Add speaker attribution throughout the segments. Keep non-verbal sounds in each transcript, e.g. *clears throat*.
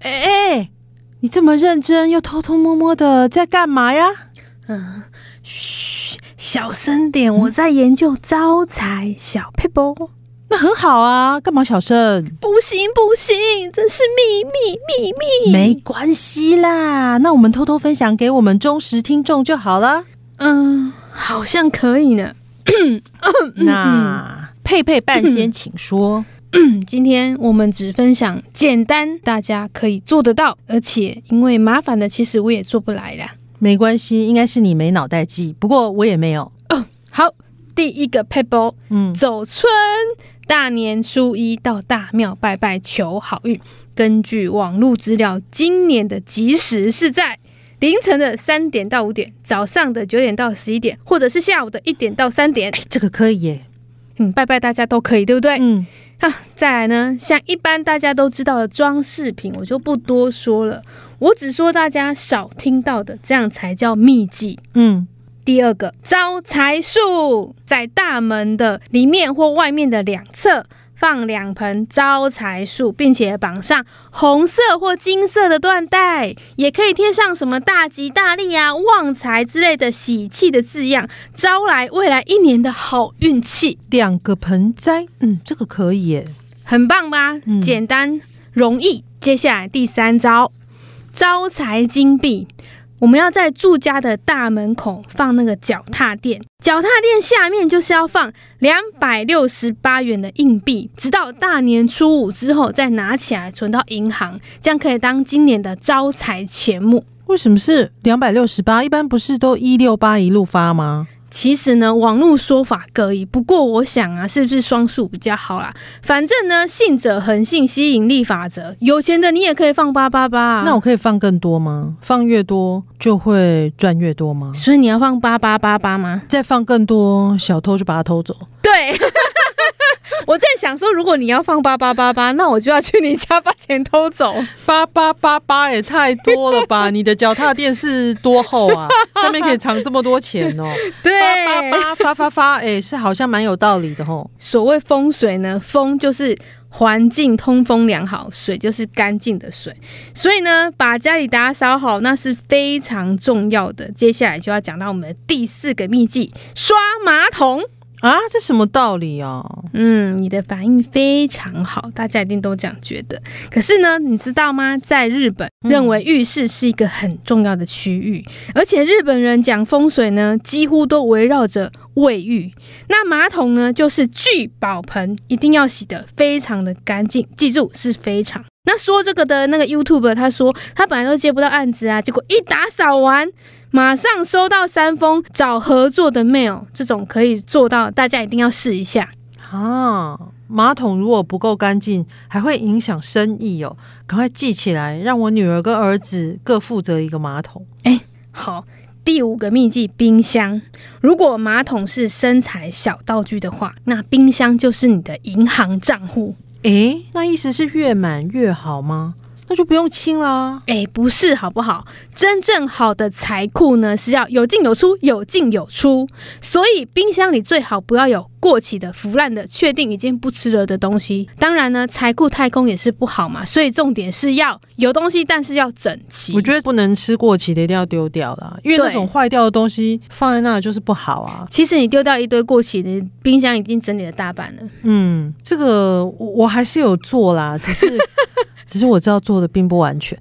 Speaker 1: 哎你这么认真又偷偷摸摸的在干嘛呀？
Speaker 2: 嗯，嘘，小声点，我在研究招财小 paper。
Speaker 1: 那很好啊，干嘛小声？
Speaker 2: 不行不行，这是秘密秘密。
Speaker 1: 没，关系啦，那我们偷偷分享给我们忠实听众就好了。
Speaker 2: 嗯，好像可以呢。 *clears throat*
Speaker 1: 嗯那佩佩半仙，请说。
Speaker 2: 嗯，今天我们只分享简单，大家可以做得到，而且因为麻烦的，其实我也做不来啦。
Speaker 1: 没关系，应该是你没脑袋记，不过我也没有。
Speaker 2: 好，第一个 paper
Speaker 1: 嗯，
Speaker 2: 走春，大年初一到大庙拜拜求好运。根据网络资料，今年的吉时是在凌晨的三点到五点，早上的九点到十一点，或者是下午的一点到三点。
Speaker 1: 哎，这个可以耶。
Speaker 2: 嗯，拜拜大家都可以，对不对？
Speaker 1: 嗯，
Speaker 2: 啊，再来呢，像一般大家都知道的装饰品，我就不多说了，我只说大家少听到的，这样才叫秘技。
Speaker 1: 嗯，
Speaker 2: 第二个招财树，在大门的里面或外面的两侧放两盆招财树，并且绑上红色或金色的缎带，也可以贴上什么大吉大利啊、旺财之类的喜气的字样，招来未来一年的好运气，
Speaker 1: 两个盆栽，嗯，这个可以耶。
Speaker 2: 很棒吧？
Speaker 1: 嗯
Speaker 2: 简单容易。接下来第三招，招财金币。我们要在住家的大门口放那个脚踏垫，脚踏垫下面就是要放两百六十八元的硬币，直到大年初五之后再拿起来存到银行，这样可以当今年的招财钱目。
Speaker 1: 为什么是两百六十八？一般不是都一六八一路发吗？
Speaker 2: 其实呢，网络说法各异，不过我想啊，是不是双数比较好啦？反正呢，信者恒信，吸引力法则，有钱的你也可以放八八八啊。
Speaker 1: 那我可以放更多吗？放越多就会赚越多吗？
Speaker 2: 所以你要放八八八八吗？
Speaker 1: 再放更多，小偷就把它偷走。
Speaker 2: 对，我在想说，如果你要放八八八八，那我就要去你家把钱偷走。
Speaker 1: 八八八八也太多了吧！ *laughs* 你的脚踏垫是多厚 *laughs* 啊？下面可以藏这么多钱哦。
Speaker 2: 对，
Speaker 1: 八八八发发发，哎、是好像蛮有道理的吼。
Speaker 2: 所谓风水呢，风就是环境通风良好，水就是干净的水。所以呢，把家里打扫好那是非常重要的。接下来就要讲到我们的第四个秘技——刷马桶。
Speaker 1: 啊，这什么道理哦？
Speaker 2: 嗯，你的反应非常好，大家一定都这样觉得。可是呢，你知道吗？在日本，
Speaker 1: 嗯
Speaker 2: 认为浴室是一个很重要的区域，而且日本人讲风水呢，几乎都围绕着卫浴。那马桶呢，就是聚宝盆，一定要洗得非常的干净，记住是非常。那说这个的那个 YouTube，他说他本来都接不到案子啊，结果一打扫完，马上收到三封找合作的 mail，这种可以做到，大家一定要试一下。
Speaker 1: 啊，马桶如果不够干净，还会影响生意哦。赶快记起来，让我女儿跟儿子各负责一个马桶。
Speaker 2: 好，第五个秘技，冰箱。如果马桶是生产小道具的话，那冰箱就是你的银行账户。
Speaker 1: 诶、那意思是越满越好吗？那就不用清啦。
Speaker 2: 哎，不是好不好？真正好的财库呢，是要有进有出，有进有出。所以冰箱里最好不要有过期的、腐烂的、确定已经不吃了的东西。当然呢，财库太空也是不好嘛。所以重点是要有东西，但是要整齐。
Speaker 1: 我觉得不能吃过期的一定要丢掉啦，因为那
Speaker 2: 对
Speaker 1: 种坏掉的东西放在那就是不好啊。
Speaker 2: 其实你丢掉一堆过期的，冰箱已经整理了大半了。
Speaker 1: 嗯，这个我我还是有做啦，只 *laughs* 是只是我知道做的并不完全，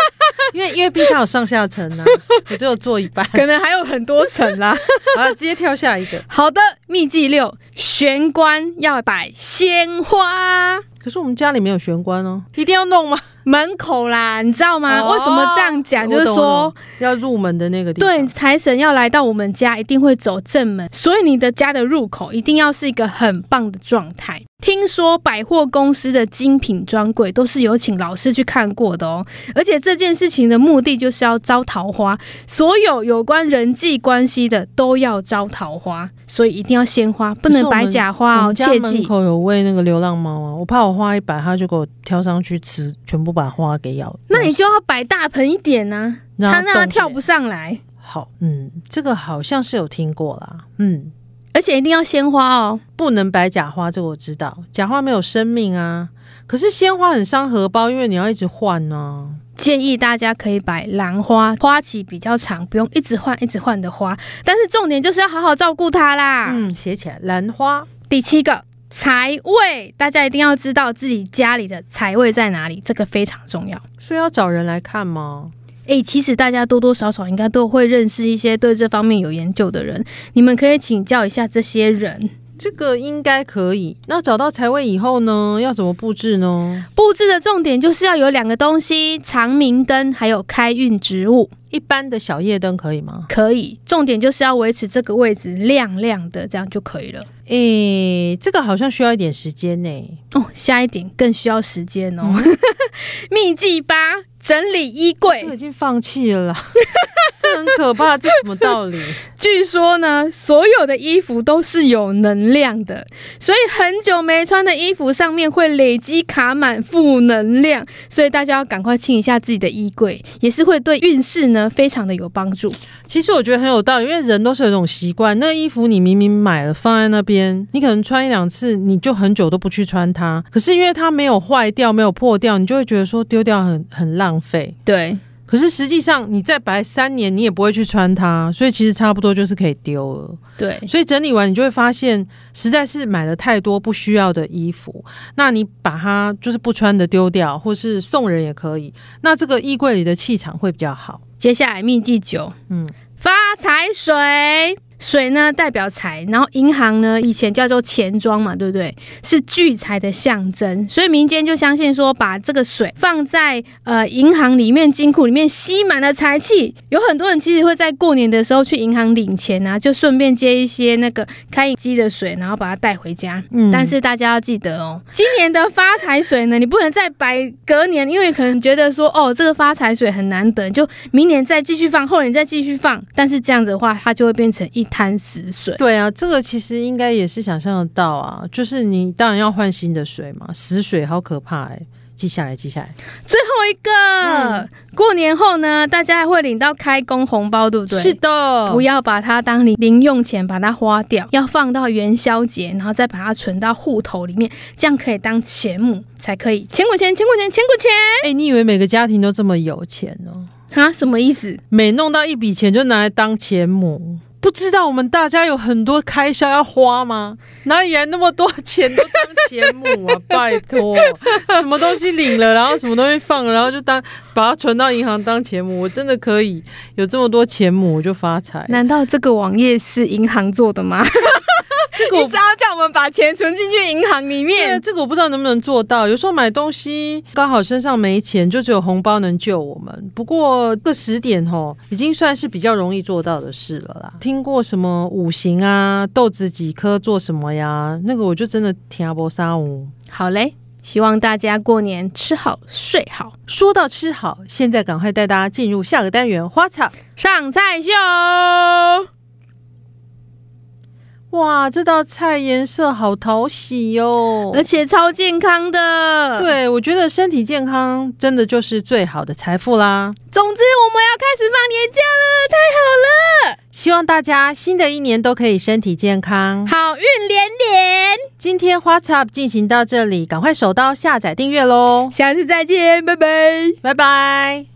Speaker 1: *laughs* 因为因为冰箱有上下层啊，我只有做一 *laughs* 半，
Speaker 2: 可能还有很多层啦。
Speaker 1: 好了，直接跳下一个。
Speaker 2: 好的，秘技六，玄关要摆鲜花。
Speaker 1: 可是我们家里没有玄关哦，一定要弄吗？
Speaker 2: 门口啦，你知道吗？
Speaker 1: 哦
Speaker 2: 为什么这样讲？就是
Speaker 1: 我懂我
Speaker 2: 说
Speaker 1: 懂，要入门的那个地方。
Speaker 2: 对，财神要来到我们家，一定会走正门，所以你的家的入口一定要是一个很棒的状态。听说百货公司的精品专柜都是有请老师去看过的哦，而且这件事情的目的就是要招桃花，所有有关人际关系的都要招桃花，所以一定要鲜花，不能
Speaker 1: 可是我们
Speaker 2: 摆假
Speaker 1: 我
Speaker 2: 花哦，
Speaker 1: 们家
Speaker 2: 切
Speaker 1: 门
Speaker 2: 记。
Speaker 1: 口有喂那个流浪猫啊，我怕我花一百，它就给我跳上去吃，全部把花给咬。
Speaker 2: 那你就要摆大盆一点呢、
Speaker 1: 让
Speaker 2: 它
Speaker 1: 它
Speaker 2: 让它
Speaker 1: 动起来
Speaker 2: 跳不上来，
Speaker 1: 好，嗯，这个好像是有听过啦，嗯，
Speaker 2: 而且一定要鲜花哦。
Speaker 1: 不能摆假花，这个我知道，假花没有生命啊。可是鲜花很伤荷包，因为你要一直换呢、
Speaker 2: 建议大家可以摆兰花，花期比较长，不用一直换一直换的花。但是重点就是要好好照顾它啦。
Speaker 1: 嗯，写起来，兰花，
Speaker 2: 第七个财位，大家一定要知道自己家里的财位在哪里，这个非常重要。
Speaker 1: 所以要找人来看吗？
Speaker 2: 诶，其实大家多多少少应该都会认识一些对这方面有研究的人，你们可以请教一下这些人。
Speaker 1: 这个应该可以。那找到财位以后呢，要怎么布置呢？
Speaker 2: 布置的重点就是要有两个东西：长明灯还有开运植物。
Speaker 1: 一般的小夜灯可以吗？
Speaker 2: 可以，重点就是要维持这个位置亮亮的，这样就可以了。
Speaker 1: 诶、这个好像需要一点时间呢、
Speaker 2: 哦，下一点更需要时间哦。 *laughs* 秘技八，整理衣
Speaker 1: 这
Speaker 2: 柜
Speaker 1: 个已。经放弃了啦， *laughs* 这很可怕，这什么道理？
Speaker 2: 据说呢，所有的衣服都是有能量的，所以很久没穿的衣服上面会累积卡满负能量，所以大家要赶快清一下自己的衣柜，也是会对运势呢非常的有帮助。
Speaker 1: *laughs* 其实我觉得很有道理，因为人都是有一种习惯，那衣服你明明买了放在那边，你可能穿一两次，你就很久都不去穿它。可是因为它没有坏掉，没有破掉，你就会觉得说丢掉很很浪费。
Speaker 2: 对，
Speaker 1: 可是实际上你再摆三年，你也不会去穿它，所以其实差不多就是可以丢了。
Speaker 2: 对，
Speaker 1: 所以整理完，你就会发现，实在是买了太多不需要的衣服。那你把它就是不穿的丢掉，或是送人也可以。那这个衣柜里的气场会比较好。
Speaker 2: 接下来秘技九，
Speaker 1: 嗯
Speaker 2: 嗯，发财水。水呢代表财，然后银行呢以前叫做钱庄嘛，对不对？是聚财的象征，所以民间就相信说，把这个水放在呃银行里面、金库里面，吸满了财气。有很多人其实会在过年的时候去银行领钱啊，就顺便接一些那个开饮机的水，然后把它带回家。
Speaker 1: 嗯
Speaker 2: 但是大家要记得哦，今年的发财水呢，你不能再摆隔年，因为可能觉得说，哦，这个发财水很难得，你就明年再继续放，后年再继续放。但是这样子的话，它就会变成一滩死水。
Speaker 1: 对啊，这个其实应该也是想象得到啊，就是你当然要换新的水嘛，死水好可怕哎、记下来，记下来。
Speaker 2: 最后一个，
Speaker 1: 嗯
Speaker 2: 过年后呢，大家还会领到开工红包，对不对？
Speaker 1: 是。的，
Speaker 2: 不要把它当零零用钱，把它花掉，要放到元宵节，然后再把它存到户头里面，这样可以当钱母，才可以钱滚钱，钱滚钱，钱滚钱
Speaker 1: 哎、你以为每个家庭都这么有钱哦？
Speaker 2: 啊？什么意思？
Speaker 1: 每弄到一笔钱就拿来当钱母，不知道我们大家有很多开销要花吗？哪里来那么多钱都当钱母啊？拜托，什么东西领了，然后什么东西放了，然后就当把它存到银行当钱母，我真的可以有这么多钱母，我就发财。
Speaker 2: 难道这个网页是银行做的吗？
Speaker 1: 这个
Speaker 2: *laughs* 你
Speaker 1: 我
Speaker 2: 只要叫我们把钱存进去银行里 *laughs*
Speaker 1: 对啊，
Speaker 2: 面，
Speaker 1: 这个我不知道能不能做到。有时候买东西刚好身上没钱，就只有红包能救我们。不过这十点吼，已经算是比较容易做到的事了啦。听过什么五行啊、豆子几颗做什么呀？那个我就真的听不沙五。
Speaker 2: 好嘞。希望大家过年吃好睡好，
Speaker 1: 说到吃好，现在赶快带大家进入下个单元——花草。
Speaker 2: 上菜秀。
Speaker 1: 哇，这道菜颜色好讨喜哦！
Speaker 2: 而且超健康的。，
Speaker 1: 对，我觉得身体健康真的就是最好的财富啦。
Speaker 2: 总之我们要开始放年假了，太好了，
Speaker 1: 希望大家新的一年都可以身体健康。
Speaker 2: 好运连连。
Speaker 1: 今天花 top 进行到这里，赶快手刀下载订阅喽，
Speaker 2: 下次再见，拜拜。
Speaker 1: 拜拜。